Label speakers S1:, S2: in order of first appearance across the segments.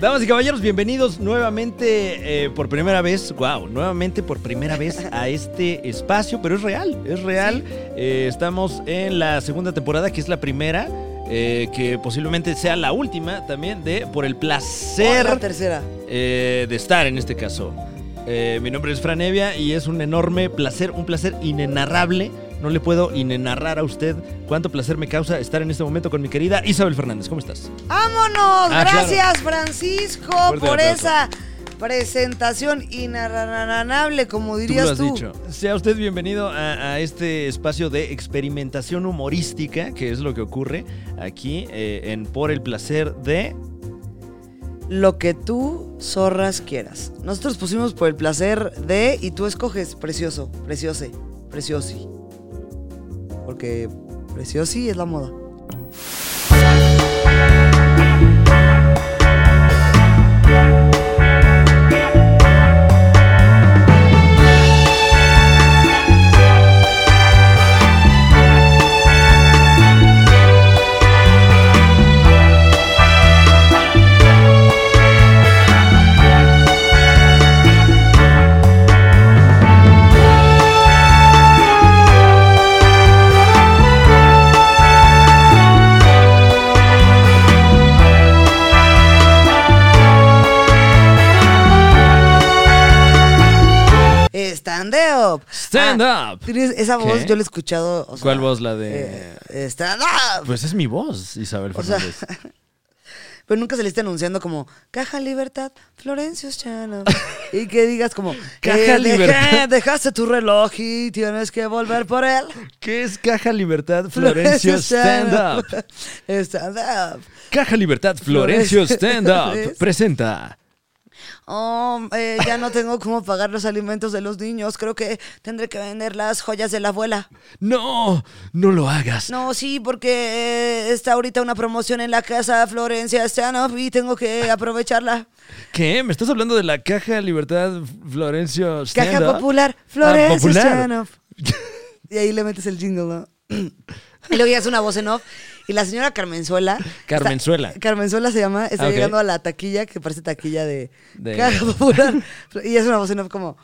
S1: Damas y caballeros, bienvenidos nuevamente eh, por primera vez, wow, nuevamente por primera vez a este espacio, pero es real, es real. Eh, estamos en la segunda temporada, que es la primera, eh, que posiblemente sea la última también de Por el placer
S2: La tercera.
S1: eh, de estar en este caso. Eh, mi nombre es Fran Evia y es un enorme placer, un placer inenarrable. No le puedo inenarrar a usted cuánto placer me causa estar en este momento con mi querida Isabel Fernández. ¿Cómo estás?
S2: ¡Vámonos!
S1: Ah,
S2: Gracias, Francisco,
S1: Fuerte
S2: por
S1: aplauso.
S2: esa presentación inarranable, como
S1: Tú lo
S2: dirías
S1: has
S2: tú.
S1: dicho. Sea usted bienvenido a, a este espacio de experimentación humorística, que es lo que ocurre aquí eh, en Por el placer de.
S2: Lo que tú, zorras, quieras. Nosotros pusimos por el placer de y tú escoges precioso, preciose, preciosi. Porque preciosi es la moda. Stand up.
S1: Stand
S2: Ah,
S1: up.
S2: tienes- Esa voz
S1: ¿Qué?
S2: yo la he escuchado. o sea,
S1: ¿Cuál voz? La de.
S2: eh, stand up.
S1: Pues es mi voz, Isabel
S2: O sea,
S1: Fernández.
S2: pero nunca se le está anunciando como Caja Libertad, Florencio Chano. y que digas como
S1: Caja
S2: "Eh, dejé-
S1: Libertad.
S2: Dejaste tu reloj y tienes que volver por él.
S1: ¿Qué es Caja Libertad Florencio Stand
S2: Chano.
S1: Up?
S2: Stand up.
S1: Caja Libertad Florencio
S2: Florencio
S1: Stand Up
S2: Fernández.
S1: presenta.
S2: Oh, eh, ya no tengo cómo pagar los alimentos de los niños. Creo que tendré que vender las joyas de la abuela.
S1: No, no lo hagas.
S2: No, sí, porque eh, está ahorita una promoción en la casa Florencia Stand up y tengo que aprovecharla.
S1: ¿Qué? ¿Me estás hablando de la Caja Libertad Florencio Stand
S2: Caja
S1: Up?
S2: Popular,
S1: Ah,
S2: Florencio
S1: popular.
S2: Stand up. Y ahí le metes el jingle, ¿no? Y luego ya es una voz en off. Y la señora Carmenzuela.
S1: Carmenzuela.
S2: está- Carmenzuela se llama. Está
S1: Ah, ok.
S2: llegando a la taquilla, que parece taquilla de,
S1: De-
S2: Caja Popular. Y es una voz en off como.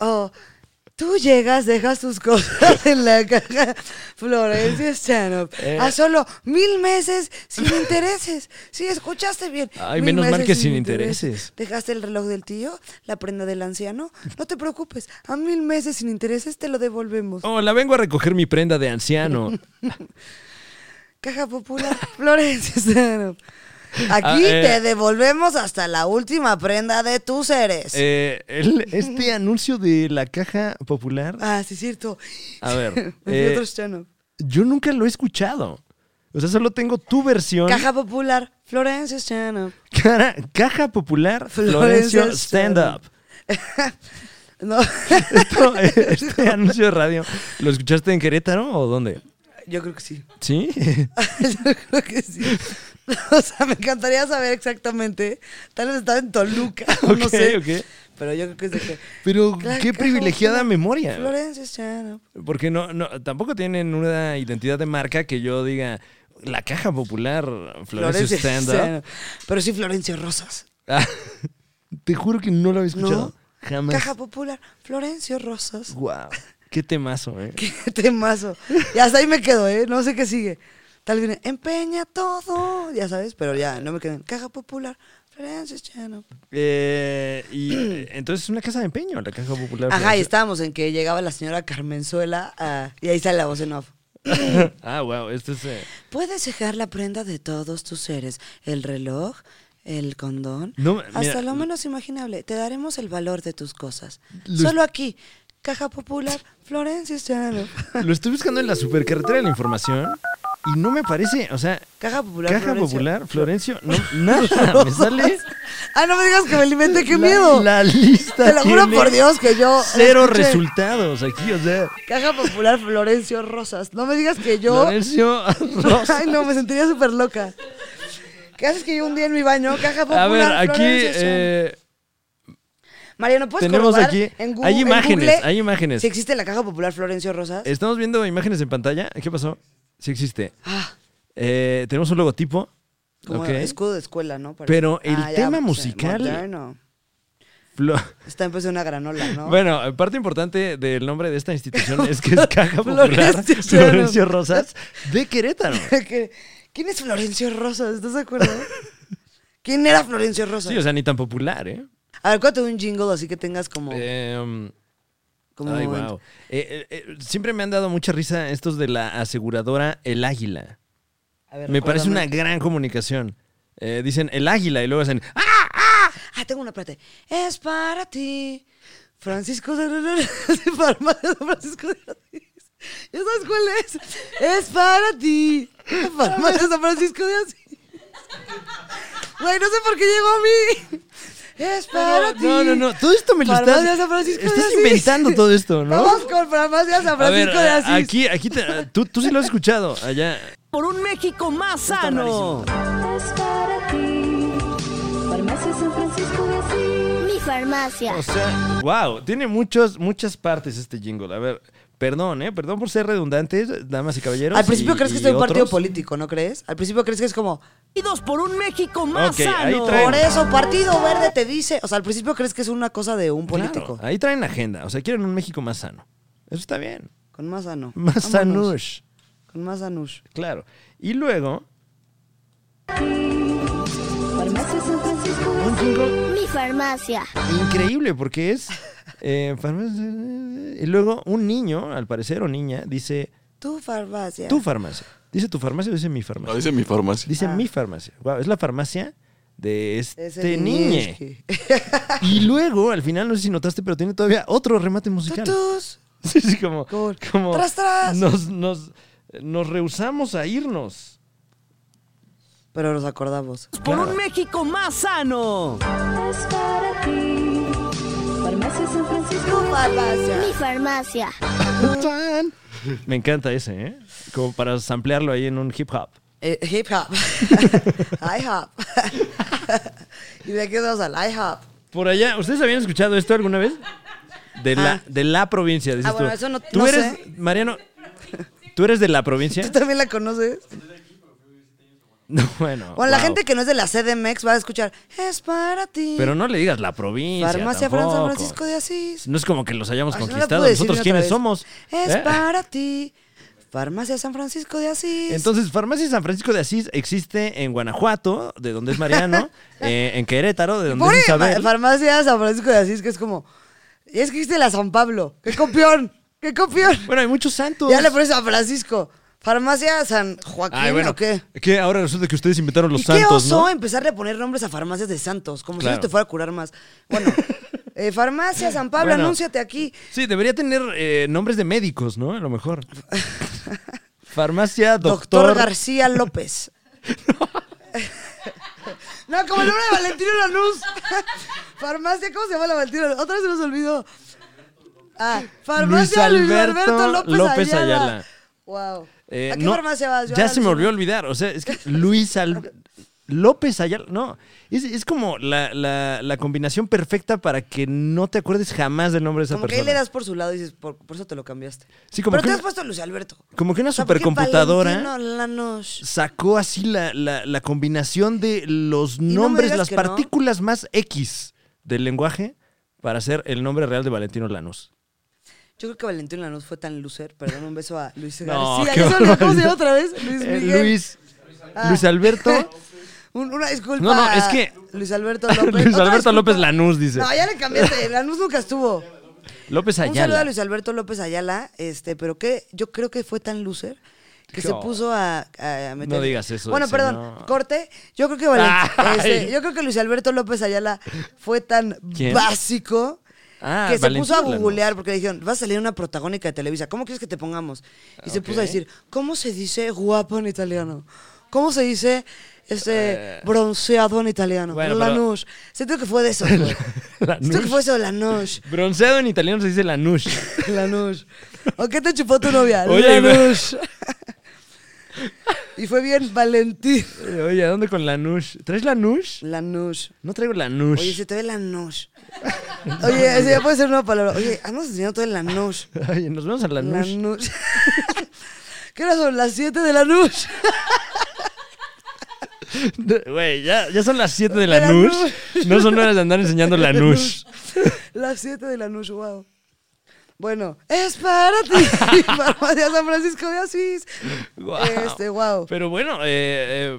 S2: Oh, tú llegas, dejas tus cosas en la caja Florencia Stand up.
S1: Eh.
S2: A solo mil meses sin intereses. Sí, escuchaste bien.
S1: Ay,
S2: Mil
S1: menos mal
S2: meses
S1: que sin intereses.
S2: Dejaste el reloj del tío, la prenda del anciano. No te preocupes. A mil meses sin intereses te lo devolvemos.
S1: Hola, Oh, vengo a recoger mi prenda de anciano.
S2: Caja Popular, Florencia Stand Up.
S1: Ah,
S2: Aquí
S1: eh.
S2: te devolvemos hasta la última prenda de tus seres.
S1: Eh, el- este anuncio de la caja popular,
S2: Ah, sí, es cierto.
S1: A ver,
S2: Mi
S1: eh.
S2: otro stand-up.
S1: yo nunca lo he escuchado. O sea, solo tengo tu versión.
S2: Caja Popular, Florencia Stand Up.
S1: Cara- caja popular Florencio
S2: Florencio
S1: Stand Up.
S2: No,
S1: Esto, eh, este anuncio de radio, ¿lo escuchaste en Querétaro o dónde?
S2: yo creo que sí.
S1: ¿Sí?
S2: Yo creo que sí. O sea, me encantaría saber exactamente. Tal vez estaba en Toluca, no
S1: Ok,
S2: sé.
S1: ok.
S2: Pero yo creo que es de que.
S1: Pero
S2: Claro,
S1: qué
S2: claro,
S1: privilegiada
S2: claro.
S1: memoria.
S2: Florencia Stand Up.
S1: Porque no, no, tampoco tienen una identidad de marca que yo diga la caja popular Florencio Stand Up.
S2: Stand Up. Pero sí, Florencio Rosas.
S1: Ah, te juro que no lo había escuchado.
S2: ¿No?
S1: Jamás.
S2: Caja Popular, Florencio Rosas.
S1: Guau, Qué temazo, ¿eh?
S2: Qué temazo. Y hasta ahí me quedo, ¿eh? No sé qué sigue. Tal vez viene, empeña todo, ya sabes, pero ya, no me quedo en Caja Popular, Florencio Stand Up.
S1: Eh, y eh, entonces es una casa de empeño, la caja popular.
S2: Ajá, y
S1: Florencio.
S2: estábamos en que llegaba la señora Carmenzuela ah, y ahí sale la voz en off. este.
S1: ah, wow, esto es. eh,
S2: Puedes dejar la prenda de todos tus seres, el reloj, el condón,
S1: No,
S2: hasta
S1: mira,
S2: lo menos imaginable. Te daremos el valor de tus cosas.
S1: Los-
S2: Solo aquí, Caja Popular, Florencia Stand Up.
S1: lo estoy buscando en la supercarretera de la información y no me aparece, o sea,
S2: Caja Popular,
S1: caja
S2: Florencio.
S1: popular, Florencio, no, nada, me sale.
S2: Ah, no me digas que me alimenté, qué
S1: la-
S2: miedo.
S1: La lista.
S2: Te lo juro
S1: tiene
S2: por Dios que yo.
S1: Cero
S2: escuché
S1: resultados aquí, o sea.
S2: Caja Popular Florencio Rosas. No me digas que yo.
S1: Florencio Rosa.
S2: Ay, no, me sentiría súper loca. ¿Qué haces que yo un día en mi baño, Caja Popular?
S1: A ver, aquí
S2: Florencio Stand
S1: eh,
S2: Up? Mariano, ¿puedes
S1: tenemos
S2: corroborar
S1: aquí.
S2: en Gu-
S1: hay
S2: en
S1: imágenes,
S2: Google
S1: hay imágenes.
S2: Si existe la Caja Popular Florencio Rosas.
S1: Estamos viendo imágenes en pantalla. ¿Qué pasó? Sí existe.
S2: Ah,
S1: Eh, tenemos un logotipo.
S2: Como
S1: Ok.
S2: escudo de escuela, ¿no? Parece.
S1: Pero el tema
S2: pues, eh,
S1: musical-
S2: moderno.
S1: Flo-
S2: Está en vez de una granola, ¿no?
S1: Bueno, parte importante del nombre de esta institución es que es Caja Popular
S2: Florencio Rosas.
S1: Florencio Rosas de Querétaro.
S2: Que- ¿Quién es Florencio Rosas? ¿Estás de acuerdo? ¿Quién era Florencio Rosas?
S1: Sí, o sea, ni tan popular, ¿eh?
S2: A ver, cuéntame un jingle así que tengas como,
S1: Em,
S2: como
S1: ay,
S2: un momento.
S1: wow. Eh, eh, eh, siempre me han dado mucha risa estos de la aseguradora El Águila.
S2: A ver,
S1: Me parece una
S2: recuérdame.
S1: gran comunicación. Eh, dicen El Águila y luego hacen ¡Ah!
S2: Ah, tengo una, espérate. Es para ti. Francisco de de Palma de San Francisco de Asís. ¿Ya sabes cuál es? Es para ti. Palma de San Francisco de Asís. Güey, no sé por qué llegó a mí. Es para ti.
S1: No, no, no. Todo esto me lo
S2: Farmacia
S1: estás.
S2: San Francisco de
S1: estás
S2: Asís.
S1: inventando todo esto, ¿no?
S2: Vamos con Farmacia San
S1: A ver, eh,
S2: Francisco de Asís.
S1: aquí, aquí te- tú, tú sí lo has escuchado allá.
S3: Por un México más
S2: rarísimo.
S3: sano.
S4: Es para ti. Farmacia San Francisco de Asís.
S5: Mi farmacia.
S1: O sea, wow, tiene muchas, muchas partes este jingle. A ver, perdón, ¿eh? Perdón por ser redundante, damas y caballeros.
S2: Al principio
S1: y-
S2: crees que
S1: y
S2: es de un partido
S1: otros.
S2: político, ¿no crees? Al principio crees que es como,
S3: Unidos por un México más
S1: Ok, ahí
S3: sano.
S1: traen-
S2: por eso Partido Verde te dice. O sea, al principio crees que es una cosa de un
S1: Claro,
S2: político.
S1: ahí traen agenda. O sea, quieren un México más sano. Eso está bien.
S2: Con más ano.
S1: Más
S2: Vámonos.
S1: sanush.
S2: Con más anush.
S1: Claro. Y luego,
S4: Farmacia San Francisco de
S1: un jingle
S5: Mi farmacia.
S1: increíble porque es. eh, farmacia- y luego, un niño, al parecer, o niña, dice
S2: Tu farmacia.
S1: tu farmacia. Dice tu farmacia o dice mi
S6: No,
S1: farmacia.
S6: dice mi farmacia.
S1: Dice mi farmacia. Wow, es la farmacia de
S2: Ah. Es
S1: este
S2: el
S1: niñe.
S2: niñe.
S1: Y luego, al final, no sé si notaste, pero tiene todavía otro remate musical.
S2: Tutus.
S1: Sí, sí, como.
S2: Gol.
S1: como
S2: Tras, tras.
S1: Nos, nos, nos rehusamos a irnos.
S2: Pero nos acordamos.
S3: Por
S1: Claro.
S3: un México más sano.
S4: Asís. Es para ti. Farmacia San Francisco de Asís.
S5: Mi farmacia.
S1: Tan. Me encanta ese, ¿eh? Como para samplearlo ahí en un hip hop.
S2: Eh, hip hop. IHOP. y de aquí nos vamos al IHOP.
S1: Por allá, ¿ustedes habían escuchado esto alguna vez? De la, de la provincia, dices
S2: Ah, bueno,
S1: tú.
S2: eso no-
S1: tú
S2: no
S1: eres,
S2: sé.
S1: Mariano, ¿tú eres de la provincia?
S2: ¿Tú también la conoces?
S1: No, bueno.
S2: Bueno, la
S1: wow.
S2: gente que no es de la CDMX va a escuchar. Es para ti.
S1: Pero no le digas la provincia.
S2: Farmacia Fran
S1: tampoco.
S2: San Francisco de Asís.
S1: No es como que los hayamos
S2: Ay, no la
S1: conquistado.
S2: pude decir
S1: Nosotros
S2: ni otra
S1: quiénes
S2: vez.
S1: somos.
S2: Es
S1: ¿Eh?
S2: para ti. Farmacia San Francisco de Asís.
S1: Entonces, Farmacia San Francisco de Asís existe en Guanajuato, de donde es Mariano, eh, en Querétaro, de donde
S2: Pobre
S1: es Isabel.
S2: fa- farmacia San Francisco de Asís, que es como. Y es que existe la San Pablo. ¡Qué copión! ¡Qué copión!
S1: Bueno, hay muchos santos.
S2: Ya le pones San Francisco. Farmacia San Joaquín
S1: Ay, bueno,
S2: o qué.
S1: Que ahora resulta que ustedes inventaron los
S2: ¿Y qué
S1: santos,
S2: oso
S1: ¿no?
S2: empezarle a poner nombres a farmacias de santos? Como si
S1: Claro.
S2: eso te fuera a curar más. Bueno, eh, farmacia San Pablo,
S1: Bueno.
S2: anúnciate aquí.
S1: Sí, debería tener eh, nombres de médicos, ¿no? A lo mejor. Farmacia
S2: Doctor,
S1: Doctor,
S2: García López. no, como el nombre de Valentino Lanús. farmacia, ¿cómo se llama la Valentino? Otra vez se nos olvidó. Ah, farmacia Luis
S1: Luis
S2: Alberto,
S1: Alberto
S2: López,
S1: López
S2: Ayala.
S1: Ayala.
S2: Wow.
S1: Eh,
S2: ¿A qué
S1: no,
S2: farmacia vas? Yo a
S1: Ya
S2: la
S1: se me
S2: Luis
S1: volvió a olvidar. O sea, es que Luis Al- López Ayala. No, es, es como la, la- la combinación perfecta para que no te acuerdes jamás del nombre de esa
S2: Como que
S1: persona.
S2: ahí le das por su lado y dices, por, por eso te lo cambiaste.
S1: Sí, como
S2: Pero
S1: que
S2: te has
S1: una-
S2: puesto Luis Alberto.
S1: como que una
S2: O sea, ¿por qué
S1: supercomputadora-
S2: Valentino Lanús?
S1: Sacó así la, la- la combinación de los
S2: me
S1: nombres,
S2: digas
S1: las
S2: que no.
S1: partículas más X del lenguaje para hacer el nombre real de Valentino Lanús.
S2: Yo creo que Valentino Lanús fue tan loser. Perdón, un beso a Luis
S1: No,
S2: García.
S1: qué
S2: ¿Ya se olvidó ¿Cómo se
S1: barbaridad.
S2: llama otra vez? Luis
S1: Eh,
S2: Miguel. Ah.
S1: Luis, Luis Alberto.
S2: Un- una disculpa.
S1: No, no, es que-
S2: Luis Alberto López.
S1: Luis
S2: Otra
S1: Alberto
S2: disculpa.
S1: López Lanús, dice.
S2: No, ya le cambiaste. Lanús nunca estuvo.
S1: López
S2: Un saludo a
S1: Ayala.
S2: Luis Alberto López Ayala, este, pero que yo creo que fue tan loser que se
S1: No.
S2: puso a, a meter.
S1: No digas eso,
S2: Bueno,
S1: dice,
S2: perdón,
S1: no.
S2: corte. Yo creo que Valen-
S1: Ay.
S2: este, yo creo que Luis Alberto López Ayala fue tan
S1: ¿Quién?
S2: básico.
S1: Ah,
S2: que se puso a
S1: Valentín Lanús.
S2: googlear porque le dijeron, va a salir una protagónica de Televisa, ¿cómo quieres que te pongamos? Y se puso a
S1: Ok.
S2: decir, ¿cómo se dice guapo en italiano? ¿Cómo se dice este bronceado en italiano?
S1: Eh. bueno, pero-
S2: Lanús. Siento que fue de eso. güey. Siento que
S1: Lanús.
S2: fue eso, Lanús.
S1: Bronceado en italiano se dice Lanús.
S2: Lanús. ¿O qué te chupó tu novia?
S1: Oye,
S2: Lanús. y fue bien Valentín.
S1: Eh, Oye, ¿a dónde con Lanús? ¿Traes Lanús?
S2: Lanús.
S1: No traigo Lanús.
S2: Oye, se te ve Lanús. Oye, esa ya puede ser una palabra. Oye, andamos enseñando todo el Lanús.
S1: Oye, nos vemos a Lanús.
S2: Lanús. ¿Qué hora son? Las 7 de Lanús.
S1: Güey, ya, ya son las 7 de
S2: De
S1: la
S2: la
S1: NUSH. No son horas de andar enseñando la NUSH.
S2: Las 7 de la Nush, wow. Bueno, es para ti, farmacia San Francisco de Asís.
S1: Guau.
S2: Este, wow.
S1: Pero bueno, eh,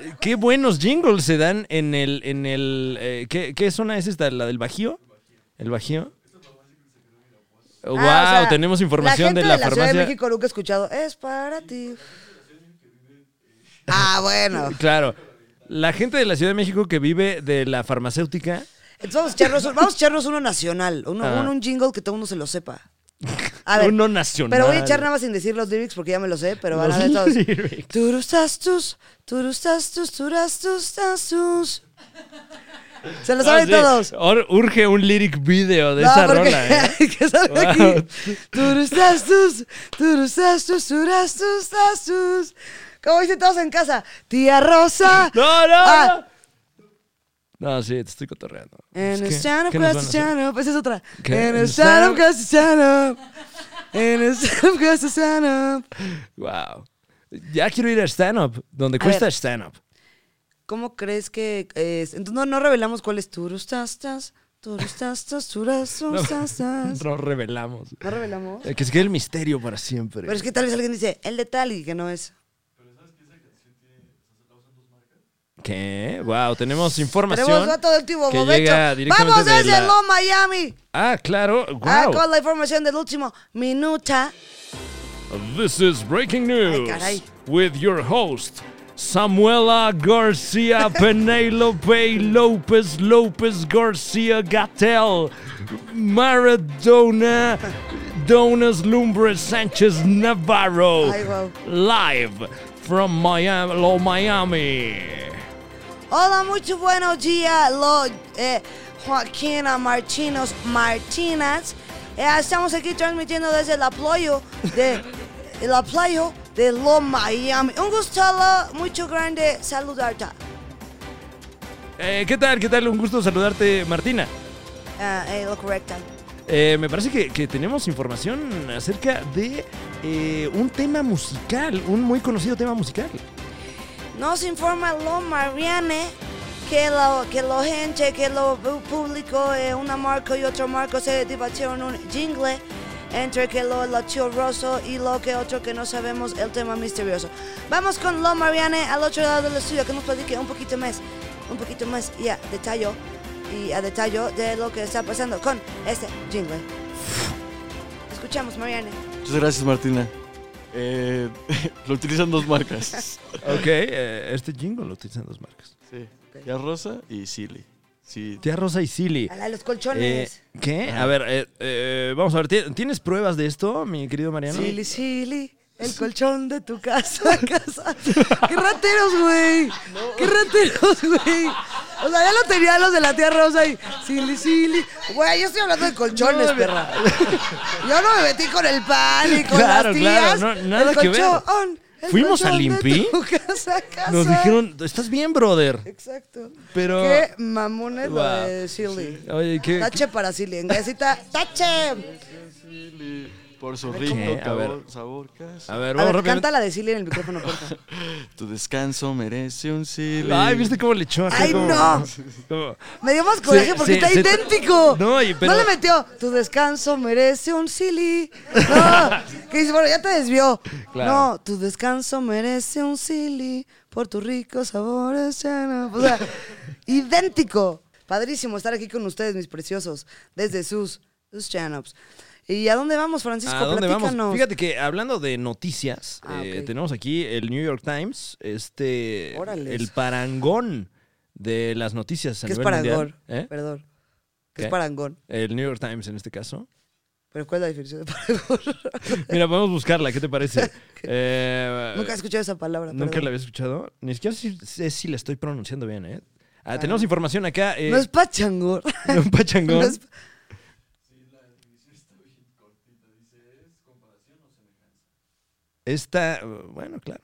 S1: eh, qué buenos jingles se dan en el... En el eh, ¿qué, qué zona es esta? ¿La del Bajío? ¿El Bajío?
S2: Ah,
S1: wow, tenemos información
S2: gente
S1: de la,
S2: Ciudad de
S1: farmacia.
S2: México nunca he escuchado. Es para ti. Ah, bueno.
S1: Claro. La gente de la Ciudad de México que vive de la farmacéutica.
S2: Entonces vamos a echarnos, un- vamos a echarnos uno nacional. Uno,
S1: Ah.
S2: uno- un jingle que todo el mundo se lo sepa.
S1: Uno nacional.
S2: Pero voy a echar nada más sin decir los lyrics porque ya me lo sé, pero van a
S1: Los
S2: ver todos.
S1: lyrics.
S2: Turustastus, turustastus, turastus, tastus. Se lo
S1: Ah,
S2: saben
S1: sí.
S2: todos.
S1: Ahora Urge un lyric video de
S2: No,
S1: esa
S2: porque-
S1: rola. ¿eh?
S2: que salga aquí.
S1: Wow.
S2: Turustastus, turustastus, turastus, tastus. Como dicen todos en casa. Tía Rosa.
S1: No, no.
S2: Ah.
S1: No, sí, te estoy cotorreando. Es
S2: En
S1: que,
S2: el stand-up
S1: ¿qué nos van a hacer?
S2: castellano. Pues es otra.
S1: ¿Qué?
S2: En
S1: En el
S2: el
S1: stand-up-
S2: stand-up castellano. En el pues, stand-up castellano.
S1: Wow. Ya quiero ir a stand-up, donde cuesta
S2: ver.
S1: stand-up.
S2: ¿Cómo crees que es? Entonces no, no revelamos cuál es turustastas, turustastas, turastustastas.
S1: No revelamos.
S2: ¿No revelamos?
S1: Eh, Que se quede el misterio para siempre.
S2: Pero es que tal vez alguien dice, el de tal y que no es.
S1: ¿Qué? Wow, tenemos
S2: Tenemos
S1: información.
S2: dato del último
S1: que
S2: momento.
S1: llega directamente
S2: ¡Vamos
S1: de
S2: desde
S1: la-
S2: Lo Miami!
S1: Ah, claro.
S2: Ah,
S1: Wow.
S2: con la información del último minuta.
S1: This is breaking news
S2: caray.
S1: with your host Samuela García Penelope López López García Gatel Maradona Donas Lumbre Sánchez Navarro
S2: Ay, wow.
S1: live from Miami, Lo Miami.
S2: Hola, mucho buenos días, lo, eh, Joaquina Marchinos Martínez. Eh, estamos aquí transmitiendo desde la playa de la playa de Lo Miami. Un gusto mucho grande saludarte.
S1: Eh, ¿Qué tal? ¿Qué tal? Un gusto saludarte, Martina.
S2: Ah, eh, lo correcto.
S1: Eh, me parece que, que tenemos información acerca de eh, un tema musical, un muy conocido tema musical.
S2: Nos informa Lo Mariane que la que lo gente, que lo pu- público, eh, una marca y otro marco se debatieron un jingle entre que lo roso y lo que otro que no sabemos el tema misterioso. Vamos con Lo Mariane al otro lado del estudio que nos platique un poquito más, un poquito más y a detalle y a detalle de lo que está pasando con este jingle. Escuchamos Mariane.
S6: Muchas gracias, Martina. Eh, lo utilizan dos marcas.
S1: Ok, eh, este jingle lo utilizan dos marcas.
S6: Sí. Tía Rosa y Silly. Sí.
S1: Tía Rosa y Silly.
S2: A la de los
S1: Eh,
S2: colchones.
S1: ¿Qué? A ver, eh, eh, vamos a ver, ¿tie- ¿tienes pruebas de esto, mi querido Mariano?
S2: Chili, chili, el colchón de tu casa, casa. ¡Qué rateros, güey! ¡Qué rateros, güey! O sea, ya lo tenían los de la tía Rosa y chili, chili. Güey, yo estoy hablando de colchones, perra. Yo no me metí con el pan y con
S1: Claro,
S2: las tías.
S1: claro, no, nada
S2: el
S1: que ver.
S2: colchón, el
S1: Fuimos
S2: colchón
S1: al
S2: de
S1: Impi,
S2: tu casa, casa.
S1: Nos dijeron, estás bien, brother.
S2: Exacto.
S1: Pero-
S2: Qué mamón es lo
S1: Guau.
S2: de chili.
S1: Oye, ¿qué?
S2: Tache para chili. En gasita, tache.
S6: Silly. Por su rico
S1: ¿Qué? A ver.
S6: sabor, sabor casa.
S1: A ver,
S2: A
S1: vamos
S2: ver,
S1: rápidamente.
S2: canta la de chili en el micrófono, por favor.
S6: Tu descanso merece un Silly.
S1: Ay, ¿viste cómo le echó acá?
S2: ¡Ay,
S1: como-
S2: no!
S1: como-
S2: Me dio más coraje
S1: Se- se-
S2: porque está
S1: se-
S2: idéntico.
S1: No, y pero-
S2: le metió. Tu descanso merece un silly. No. que dice, bueno, ya te desvió.
S1: Claro.
S2: No, tu descanso merece un silly por tus ricos sabores. llenos. O sea, idéntico. Padrísimo estar aquí con ustedes, mis preciosos, desde sus, sus channels. ¿Y a dónde vamos, Francisco?
S1: ¿A dónde vamos?
S2: Platícanos.
S1: Fíjate que hablando de noticias,
S2: Ah,
S1: eh,
S2: ok.
S1: tenemos aquí el New York Times, este,
S2: Órales.
S1: el parangón de las noticias. a
S2: Que es
S1: nivel
S2: parangón.
S1: mundial, ¿eh?
S2: Perdón. Que
S1: ¿Qué?
S2: es parangón.
S1: El New York Times en este caso.
S2: ¿Pero cuál es la definición de parangón?
S1: Mira, podemos buscarla, ¿qué te parece? Eh,
S2: Nunca he escuchado esa palabra.
S1: nunca
S2: perdón.
S1: la había escuchado. Ni siquiera si- sé si la estoy pronunciando bien, ¿eh? Ah, tenemos información acá. eh,
S2: No es pachangón.
S1: de un pachangón.
S2: No es-
S1: Esta, bueno, claro.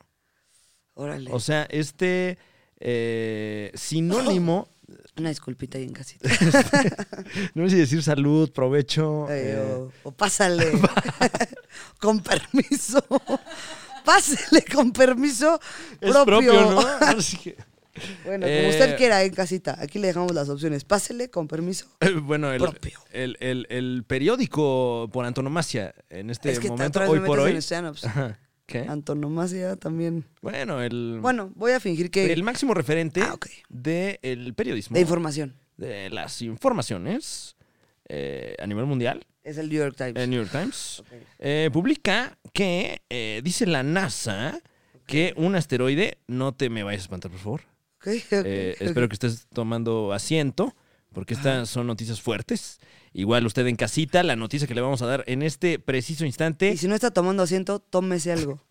S2: Órale.
S1: O sea, este eh, sinónimo
S2: Una disculpita ahí en casita.
S1: No sé si decir salud, provecho.
S2: Ay,
S1: eh,
S2: o, o pásale. Con permiso. Pásele con permiso
S1: Es
S2: propio.
S1: propio, ¿no? Así que-
S2: Bueno,
S1: Eh,
S2: como usted quiera en casita. Aquí le dejamos las opciones. Pásele con permiso.
S1: Eh, Bueno, el,
S2: Propio.
S1: el- el- el periódico por antonomasia en este
S2: es que
S1: momento,
S2: otra vez
S1: hoy
S2: me
S1: por
S2: metes
S1: hoy.
S2: en el stand-up.
S1: Ajá. ¿eh? ¿Qué?
S2: Antonomasia también.
S1: Bueno, el,
S2: Bueno, voy a fingir que
S1: Mm. el máximo referente
S2: Ah, ok.
S1: del periodismo,
S2: de información.
S1: de las informaciones eh, a nivel mundial,
S2: Es el New York Times.
S1: el New York Times, eh, publica que, eh, dice la NASA, que un asteroide, no te me vayas a espantar, por favor,
S2: Ok, ok,
S1: Eh,
S2: ok. Ah.
S1: espero que estés tomando asiento, porque estas son noticias fuertes. Igual usted en casita, la noticia que le vamos a dar en este preciso instante.
S2: Y si no está tomando asiento, tómese algo.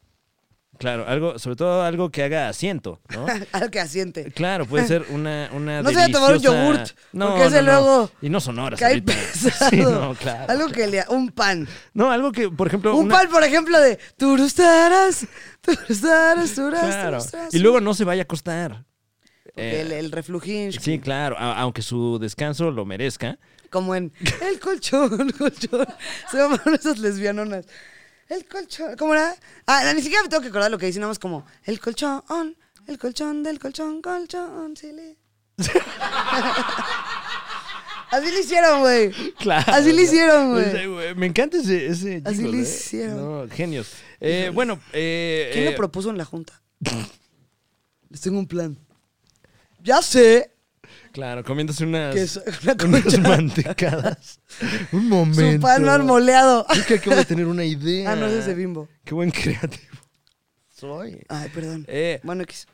S1: Claro, algo, sobre todo algo que haga asiento, ¿no?
S2: algo que asiente.
S1: Claro, puede ser una, una
S2: No se vaya a tomar un
S1: deliciosa-
S2: yogurt, porque ese luego
S1: Y no son horas
S2: Que hay
S1: ahorita.
S2: pesado.
S1: Sí, no, claro.
S2: algo que le... Un pan.
S1: No, algo que, por ejemplo...
S2: Un
S1: una-
S2: pan, por ejemplo, de turustaras, turustaras, turas,
S1: Claro.
S2: turustaras.
S1: Y luego no se vaya a acostar.
S2: Porque
S1: Eh,
S2: el, el reflujín,
S1: Sí, claro, a- aunque su descanso lo merezca.
S2: como en el colchón, colchón. Se llamaron esas lesbianonas. El colchón, ¿cómo era? Ah, ni siquiera me tengo que acordar lo que dice, nada más como el colchón, el colchón del colchón, colchón, sí, le- Así le hicieron, güey.
S1: Claro.
S2: Así le hicieron,
S1: O
S2: güey.
S1: sea, güey, Me encanta ese, ese
S2: Así
S1: jingle,
S2: le
S1: ¿eh?
S2: hicieron.
S1: No, genios. Eh, bueno, eh,
S2: ¿Quién
S1: eh,
S2: lo propuso en la junta? Les tengo un plan. Ya sé
S1: Claro, comiéndose unas,
S2: que es una
S1: unas
S2: concha.
S1: mantecadas. Un momento.
S2: Su pan marmoleado.
S1: Es que acabo de tener una idea.
S2: Ah, no, ese es de Bimbo.
S1: Qué buen creativo. Soy.
S2: Ay, perdón.
S1: Eh,
S2: Bueno, X.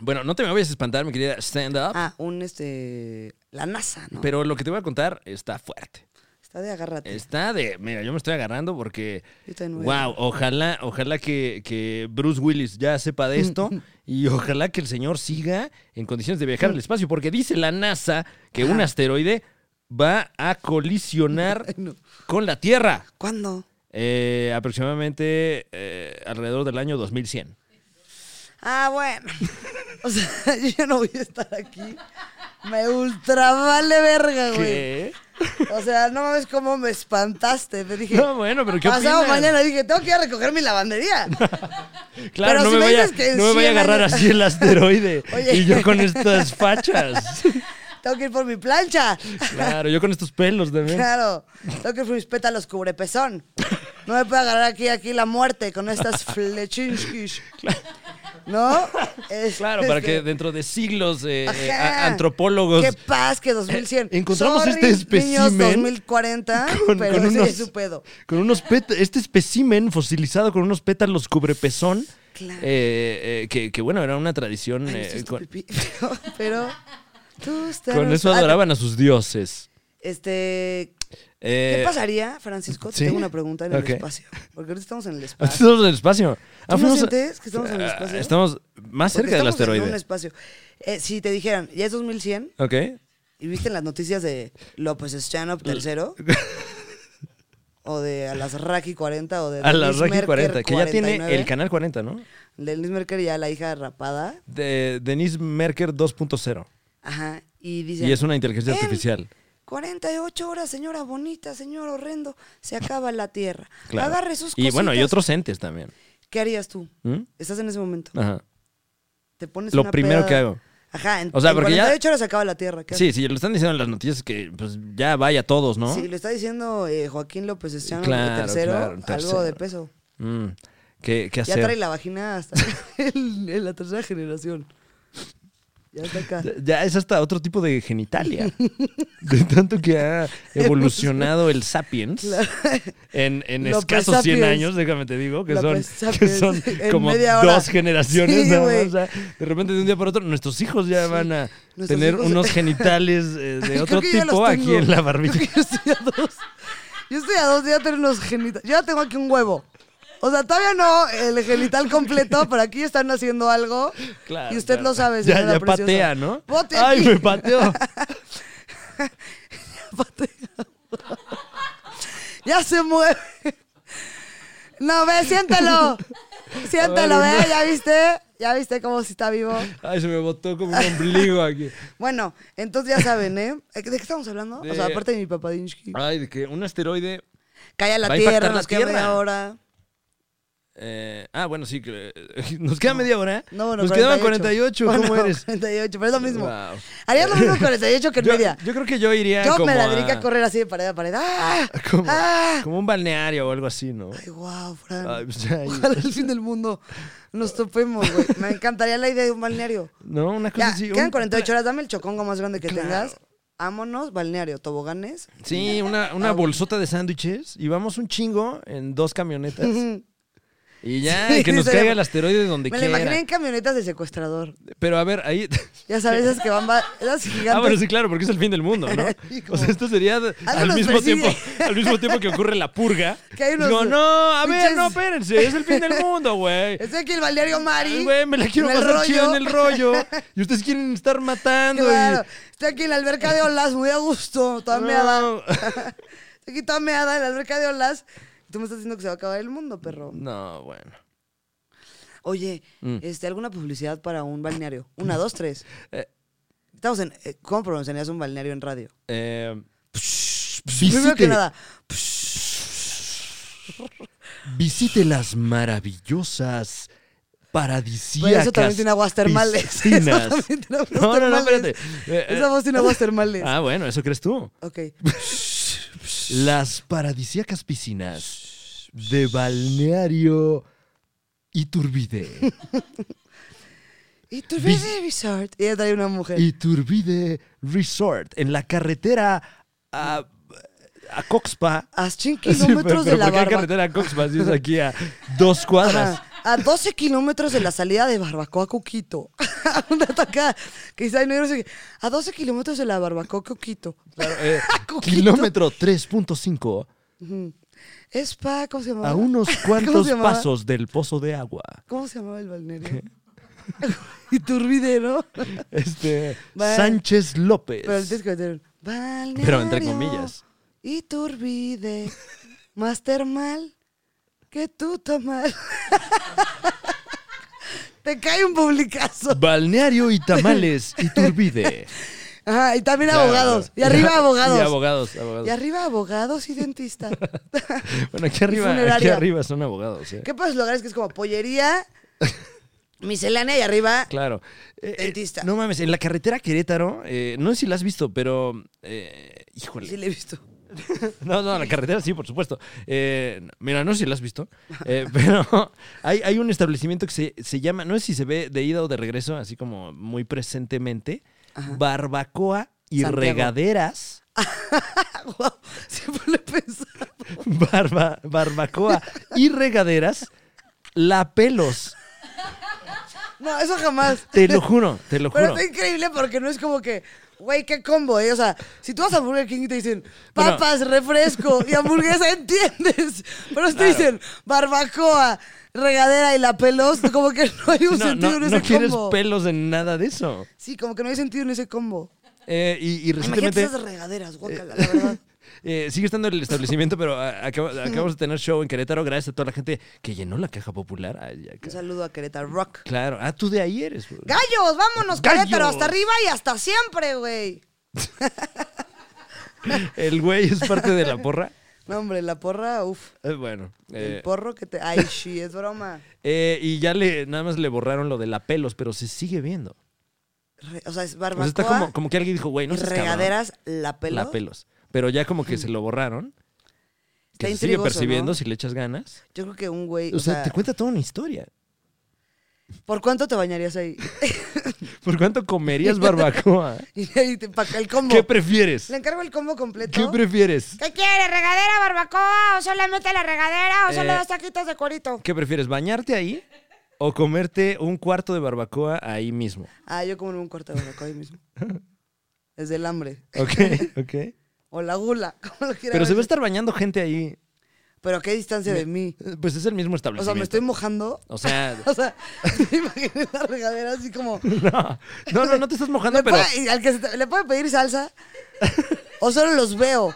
S1: Bueno, no te me vayas a espantar, mi querida stand up.
S2: Ah, un este. La NASA, ¿no?
S1: Pero lo que te voy a contar está fuerte.
S2: Está de agárrate.
S1: Está de. Mira, yo me estoy agarrando porque.
S2: Yo también voy a-
S1: Wow, ojalá, ojalá que, que Bruce Willis ya sepa de esto
S2: Mm,
S1: y ojalá que el señor siga en condiciones de viajar
S2: Mm.
S1: al espacio, porque dice la NASA que un asteroide va a colisionar
S2: Ay, no.
S1: con la Tierra
S2: ¿Cuándo?
S1: eh, aproximadamente eh, alrededor del año 2100.
S2: Ah, bueno. O sea, yo ya no voy a estar aquí. Me ultra vale verga, güey.
S1: ¿Qué?
S2: O sea, no mames cómo me espantaste. Te dije.
S1: No, bueno, pero ¿qué
S2: Pasado
S1: opinas?
S2: mañana dije, tengo que ir a recoger mi lavandería.
S1: Claro,
S2: Pero
S1: no, me
S2: si me
S1: vaya,
S2: dices que en
S1: no me vaya a
S2: 100
S1: agarrar
S2: años-
S1: así el asteroide.
S2: Oye.
S1: Y yo con estas fachas.
S2: tengo que ir por mi plancha.
S1: Claro, yo con estos pelos también.
S2: Claro. Tengo que ir por mis pétalos cubrepezón. No me puedo agarrar aquí, aquí la muerte con estas flechinskis. ¿No? Es-
S1: Claro, para que
S2: este-
S1: dentro de siglos eh, eh,
S2: Ajá.
S1: a- antropólogos
S2: Qué paz que 2100.
S1: Eh, encontramos
S2: Sorry,
S1: este espécimen
S2: Niños 2040,
S1: con-
S2: pero
S1: con
S2: ese
S1: unos-
S2: es su pedo.
S1: con unos pét- este espécimen fosilizado con unos pétalos cubrepezón,
S2: Claro.
S1: eh, eh, que, que, bueno, era una tradición,
S2: Ay,
S1: eh,
S2: esto es
S1: con,
S2: pipí, pero, pero tú estás-
S1: con eso
S2: Ah,
S1: adoraban a sus dioses.
S2: Este, ¿qué
S1: Eh,
S2: pasaría, Francisco? Te
S1: ¿sí?
S2: Tengo una pregunta en
S1: Ok.
S2: el espacio, porque ahorita estamos en el espacio.
S1: ah, Estamos en el espacio.
S2: ¿Tú no
S1: fuimos a-
S2: sientes que estamos en el
S1: Ah,
S2: espacio?
S1: Estamos más
S2: Porque
S1: cerca del
S2: estamos En un
S1: asteroide.
S2: espacio. Eh, si te dijeran, ya es 2100
S1: Ok.
S2: y viste en las noticias de López Stanhope tercero o de Alasraki 40 o de
S1: A las
S2: Denise
S1: Rocky
S2: Merker
S1: 40, que ya tiene
S2: 49.
S1: el canal 40, ¿no?
S2: Denise Merker ya la hija rapada.
S1: De Denise Merker 2.0.
S2: Ajá. Y dice.
S1: Y es una inteligencia
S2: "En
S1: artificial.
S2: 48 horas, señora bonita, señor horrendo. Se acaba la tierra.
S1: Claro.
S2: Agarre sus
S1: Y bueno, hay
S2: cositas".
S1: otros entes también.
S2: ¿Qué harías tú?
S1: ¿Mm?
S2: Estás en ese momento.
S1: Ajá.
S2: Te pones
S1: Lo
S2: una
S1: primero
S2: peda.
S1: que hago.
S2: Ajá. En,
S1: O sea,
S2: en
S1: porque ya-
S2: 48 horas se acaba la tierra. ¿qué
S1: Sí, sí, lo están diciendo en las noticias que pues ya vaya todos, ¿no?
S2: haces? Sí, lo está diciendo eh, Joaquín López Echano,
S1: Claro,
S2: tercero,
S1: claro, tercero.
S2: algo de peso.
S1: Mm, ¿Qué, qué
S2: Ya
S1: hacer?
S2: trae la vagina hasta el- en la tercera generación. Ya está acá.
S1: Ya es hasta otro tipo de genitalia. de tanto que ha evolucionado el Sapiens. En, en
S2: López
S1: escasos 100
S2: Sapiens.
S1: años, déjame te digo, que son,
S2: López
S1: que
S2: Sapiens,
S1: son
S2: en
S1: como
S2: media hora.
S1: dos generaciones.
S2: Sí,
S1: nada más,
S2: güey.
S1: o sea, de repente, de un día para otro, nuestros hijos ya van a
S2: Nuestros
S1: tener
S2: hijos-
S1: unos genitales eh, de
S2: Creo
S1: otro
S2: que ya los
S1: tipo aquí
S2: tengo.
S1: en la
S2: Creo
S1: barbilla.
S2: que yo estoy a dos. Yo estoy a dos de ya tener unos genitales. Yo ya tengo aquí un huevo. O sea, todavía no el genital completo, pero aquí están haciendo algo.
S1: Claro,
S2: y usted
S1: claro.
S2: lo sabe,
S1: Ya,
S2: señora
S1: ya
S2: preciosa.
S1: patea, ¿no?
S2: Bote
S1: Ay,
S2: aquí.
S1: me pateó.
S2: Ya se mueve. No, ve, siéntalo. Siéntalo, ve, ya viste. Ya viste cómo si está vivo.
S1: Ay, se me botó como un ombligo aquí.
S2: Bueno, entonces ya saben, ¿eh? ¿De qué estamos hablando? O sea,
S1: De-
S2: aparte de mi papadinsky.
S1: Ay, de que un asteroide
S2: Calla la
S1: Va a impactar
S2: tierra,
S1: la
S2: nos queda
S1: tierra.
S2: media hora.
S1: Eh, ah, bueno, sí. que- eh, Nos queda media hora.
S2: No, bueno,
S1: Nos quedaban 48. ¿Cómo
S2: Bueno,
S1: eres?
S2: 48, pero es lo mismo.
S1: Wow.
S2: Harías lo mismo 48 que en
S1: yo,
S2: media.
S1: yo creo que yo iría
S2: Yo
S1: como
S2: me la
S1: a-
S2: dediqué a correr así de pared a pared. ¡Ah!
S1: como,
S2: ¡Ah!
S1: como un balneario o algo así, ¿no?
S2: Ay, wow, Fran.
S1: Ay, pues, ay.
S2: Ojalá el fin del mundo nos topemos, güey. Me encantaría la idea de un balneario.
S1: No, una cosa
S2: Ya,
S1: así.
S2: quedan
S1: un-
S2: 48 horas. Dame el chocongo más grande que
S1: Claro.
S2: tengas. Vámonos, balneario, toboganes.
S1: Sí,
S2: Ah,
S1: una, una bolsota de sándwiches y vamos un chingo en dos camionetas. Y ya,
S2: Sí,
S1: que nos
S2: estaría-
S1: caiga el asteroide donde
S2: Me la
S1: quiera.
S2: imaginé en camionetas de secuestrador.
S1: Pero a ver, ahí.
S2: Ya sabes, esas que van... ba- Esas gigantes.
S1: Ah, bueno, sí, claro, porque es el fin del mundo, ¿no?
S2: Hijo.
S1: O sea, esto sería al
S2: nos
S1: mismo,
S2: persigue.
S1: tiempo, al mismo tiempo que ocurre la purga.
S2: Que hay unos
S1: Digo, no, a ver,
S2: pinches-
S1: no, espérense, es el fin del mundo, güey.
S2: Estoy aquí en el balneario Mari.
S1: Ay, Güey, me la quiero
S2: en el
S1: pasar chido en el
S2: rollo.
S1: rollo. Y ustedes quieren estar matando.
S2: Claro.
S1: y...
S2: Estoy aquí en la alberca de olas, muy a gusto, toda
S1: No.
S2: meada. Estoy aquí toda meada en la alberca de olas. Tú me estás diciendo que se va a acabar el mundo, perro.
S1: No, bueno.
S2: Oye,
S1: Mm.
S2: este, ¿alguna publicidad para un balneario? Una, dos, tres.
S1: Eh.
S2: Estamos en. eh, ¿Cómo promocionarías un balneario en radio?
S1: Eh, pues,
S2: Primero
S1: visite,
S2: que nada,
S1: visite las maravillosas paradisíacas
S2: pero Pues eso también tiene aguas termales.
S1: piscinas.
S2: Eso también tiene aguas
S1: no, no, no,
S2: termales.
S1: espérate. Eh, eh,
S2: Esa voz tiene aguas termales.
S1: ah, bueno, eso crees tú.
S2: Ok.
S1: Las paradisíacas piscinas de Balneario Iturbide.
S2: Y tu
S1: Vis-
S2: baby resort. Y ella trae una mujer.
S1: Iturbide Resort, en la carretera a, a Coxpa.
S2: A 100
S1: Sí,
S2: kilómetros de
S1: pero
S2: la
S1: ¿por qué
S2: barba.
S1: carretera a Coxpa? Si es aquí a dos cuadras.
S2: Ajá. A 12 kilómetros de la salida de Barbacoa Coquito. Una atacada. Que dice, "Ay, no, yo no sé qué". A 12 kilómetros de la Barbacoa Coquito.
S1: Claro, eh,
S2: Coquito.
S1: kilómetro 3.5,
S2: Es pa, ¿cómo se llamaba?
S1: a unos
S2: Ah. ¿Cómo se
S1: cuantos
S2: llamaba?
S1: pasos del pozo de agua.
S2: ¿Cómo se llamaba el balneario? Iturbide, ¿no?
S1: Este,
S2: Vale.
S1: Sánchez López.
S2: Pero el disco de balneario.
S1: Pero entre comillas.
S2: Iturbide. Más termal que tú tamal. Te cae un publicazo.
S1: Balneario y Tamales Iturbide.
S2: Ajá, y también
S1: Claro.
S2: abogados. Y arriba abogados.
S1: Y abogados, abogados.
S2: Y arriba abogados y dentistas.
S1: Bueno, aquí arriba, aquí
S2: funeraria.
S1: arriba son abogados. eh.
S2: ¿Qué puedes lograr? Es que es como pollería, miscelánea y arriba.
S1: Claro. Eh, eh,
S2: Dentista.
S1: no mames, en la carretera Querétaro, eh, no sé si la has visto, pero. eh, híjole.
S2: Sí, le he visto.
S1: No, no, la carretera sí, por supuesto. Eh, mira, no sé si la has visto, eh, pero hay, hay un establecimiento que se, se llama, no sé si se ve de ida o de regreso, así como muy presentemente, Barbacoa y
S2: Santiago.
S1: Regaderas.
S2: Ah, Guau, siempre lo he pensado.
S1: Barba, barbacoa y Regaderas, La Pelos.
S2: No, eso jamás.
S1: Te lo juro, te lo
S2: Pero
S1: juro.
S2: está increíble porque no es como que, güey, qué combo, ¿eh? O sea, si tú vas a Burger King y te dicen
S1: Bueno.
S2: papas, refresco y hamburguesa, entiendes. Pero si te dicen barbacoa, regadera y la pelos, como que no hay un
S1: No,
S2: sentido
S1: no,
S2: en
S1: no
S2: ese
S1: quieres
S2: combo.
S1: pelos en nada de eso.
S2: Sí, como que no hay sentido en ese combo.
S1: Eh, y, y
S2: Imagínate
S1: recientemente
S2: esas regaderas, guácala, la verdad.
S1: eh, sigue estando en el establecimiento, pero ah, acaba- acabamos de tener show en Querétaro gracias a toda la gente que llenó la caja popular. Ay, ya,
S2: Un
S1: ca-
S2: saludo a Querétaro Rock.
S1: claro. Ah, tú de ahí eres. güey.
S2: Gallos, vámonos,
S1: Gallos.
S2: Querétaro, hasta arriba y hasta siempre, güey.
S1: El güey es parte de la porra.
S2: No, hombre, la porra, uff.
S1: Eh, bueno. eh,
S2: El porro que te. Ay, sí, es broma.
S1: eh, y ya le nada más le borraron lo de la pelos, pero se sigue viendo.
S2: Re- o sea, es
S1: O sea,
S2: barbacoa.
S1: está como, como que alguien dijo, güey, no
S2: y
S1: seas cabrón.
S2: regaderas, la pelo.
S1: La pelos. Pero ya como que se lo borraron.
S2: Está
S1: Que se sigue
S2: intrigoso,
S1: percibiendo
S2: ¿no?
S1: si le echas ganas.
S2: Yo creo que un güey.
S1: O sea, te cuenta toda una historia.
S2: ¿por cuánto te bañarías ahí?
S1: ¿Por cuánto comerías barbacoa?
S2: y ahí te pa- el combo.
S1: ¿Qué prefieres?
S2: Le encargo el combo completo.
S1: ¿Qué prefieres?
S2: ¿Qué quieres? ¿Regadera, barbacoa? ¿O solamente la regadera? ¿O solo
S1: Eh.
S2: dos taquitos de cuerito?
S1: ¿Qué prefieres? ¿Bañarte ahí o comerte un cuarto de barbacoa ahí mismo?
S2: Ah, yo como en un cuarto de barbacoa ahí mismo. Desde el hambre.
S1: ¿Ok? ¿Ok?
S2: O la gula, como lo quieras.
S1: Pero se va a
S2: ver.
S1: estar bañando gente ahí.
S2: Pero a qué distancia de mí.
S1: Eh, Pues es el mismo
S2: O
S1: establecimiento.
S2: sea, me estoy mojando.
S1: O sea,
S2: O sea, me imaginé la regadera así como.
S1: no, no, no, no te estás mojando,
S2: Le
S1: pero...
S2: puede- y al que se te- ¿Le puede pedir salsa? ¿O solo los veo?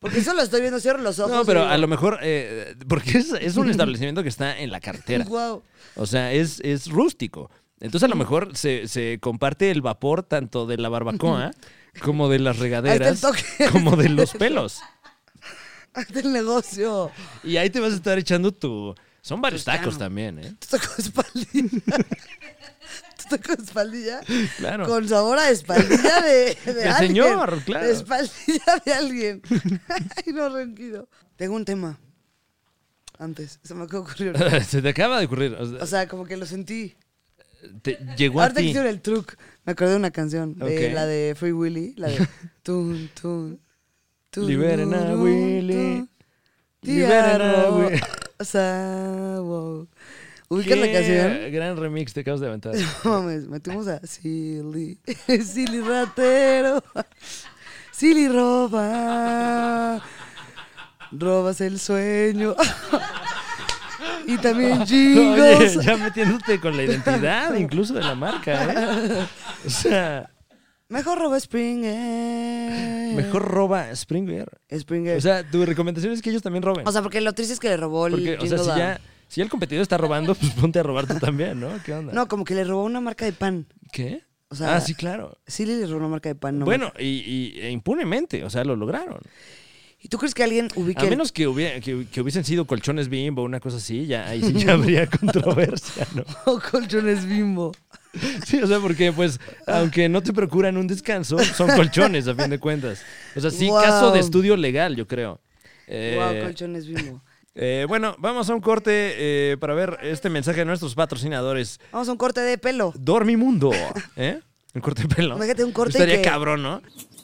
S2: Porque solo estoy viendo, cierro los ojos.
S1: No, pero a lo mejor, eh, porque es, es un establecimiento que está en la carretera.
S2: Wow.
S1: O sea, es, es rústico. Entonces a lo mejor se, se comparte el vapor tanto de la barbacoa como de las regaderas,
S2: toque.
S1: como de los pelos.
S2: Hasta el negocio.
S1: Y ahí te vas a estar echando tu Son varios
S2: Pues,
S1: tacos
S2: claro.
S1: también, ¿eh?
S2: ¿Tú tacos de espaldilla? ¿Tú tacos de espaldilla?
S1: Claro.
S2: Con sabor a espaldilla de, de
S1: De
S2: alguien.
S1: señor, claro.
S2: De espaldilla de alguien. Ay, no, renquido. Tengo un tema. Antes, se me acaba de ocurrir. ahorita.
S1: Se te acaba de ocurrir. o sea,
S2: O sea, como que lo sentí.
S1: te llegó a
S2: Ahorita que
S1: ti.
S2: hicieron el truc, me acordé de una canción, de
S1: Ok.
S2: la de Free Willy, la de Tun, Tun. tun,
S1: Liberen a
S2: tun,
S1: Willy.
S2: tun,
S1: Liberen a
S2: tía Ro-
S1: Willy.
S2: o sea, wow. ¿Ubicas la
S1: Qué
S2: canción?
S1: Gran remix te acabas de aventar.
S2: No mames, metimos a Silly. Silly ratero. Silly roba. Robas el sueño. y también
S1: Oye,
S2: jingles.
S1: ya metiéndote con la identidad incluso de la marca, ¿eh? O sea,
S2: Mejor roba Springer.
S1: mejor roba Springer.
S2: Springer.
S1: O sea, tu recomendación es que ellos también roben.
S2: O sea, porque lo triste es que le robó el
S1: Porque, o sea,
S2: jingle
S1: si
S2: a-
S1: ya, si ya el competidor está robando, pues ponte a robar tú también, ¿no? ¿Qué onda?
S2: No, como que le robó una marca de pan.
S1: ¿Qué?
S2: O sea-
S1: ah, sí, claro.
S2: Sí le robó una marca de pan, ¿no?
S1: bueno, y, y- e impunemente, o sea, lo lograron.
S2: ¿Y tú crees que alguien ubique
S1: A
S2: el-
S1: menos que, hubiera, que, que hubiesen sido colchones bimbo, una cosa así, ya ahí sí ya habría controversia, ¿no?
S2: o colchones bimbo?
S1: Sí, o sea, porque pues, aunque no te procuran un descanso, son colchones a fin de cuentas. O sea, sí,
S2: Wow.
S1: caso de estudio legal, yo creo.
S2: Wow,
S1: Eh,
S2: colchones bimbo.
S1: eh, bueno, vamos a un corte eh, para ver este mensaje de nuestros patrocinadores.
S2: Vamos a un corte de pelo.
S1: Dormimundo, ¿eh? El corte de pelo.
S2: Imagínate un corte
S1: Estaría
S2: que-
S1: cabrón, ¿no?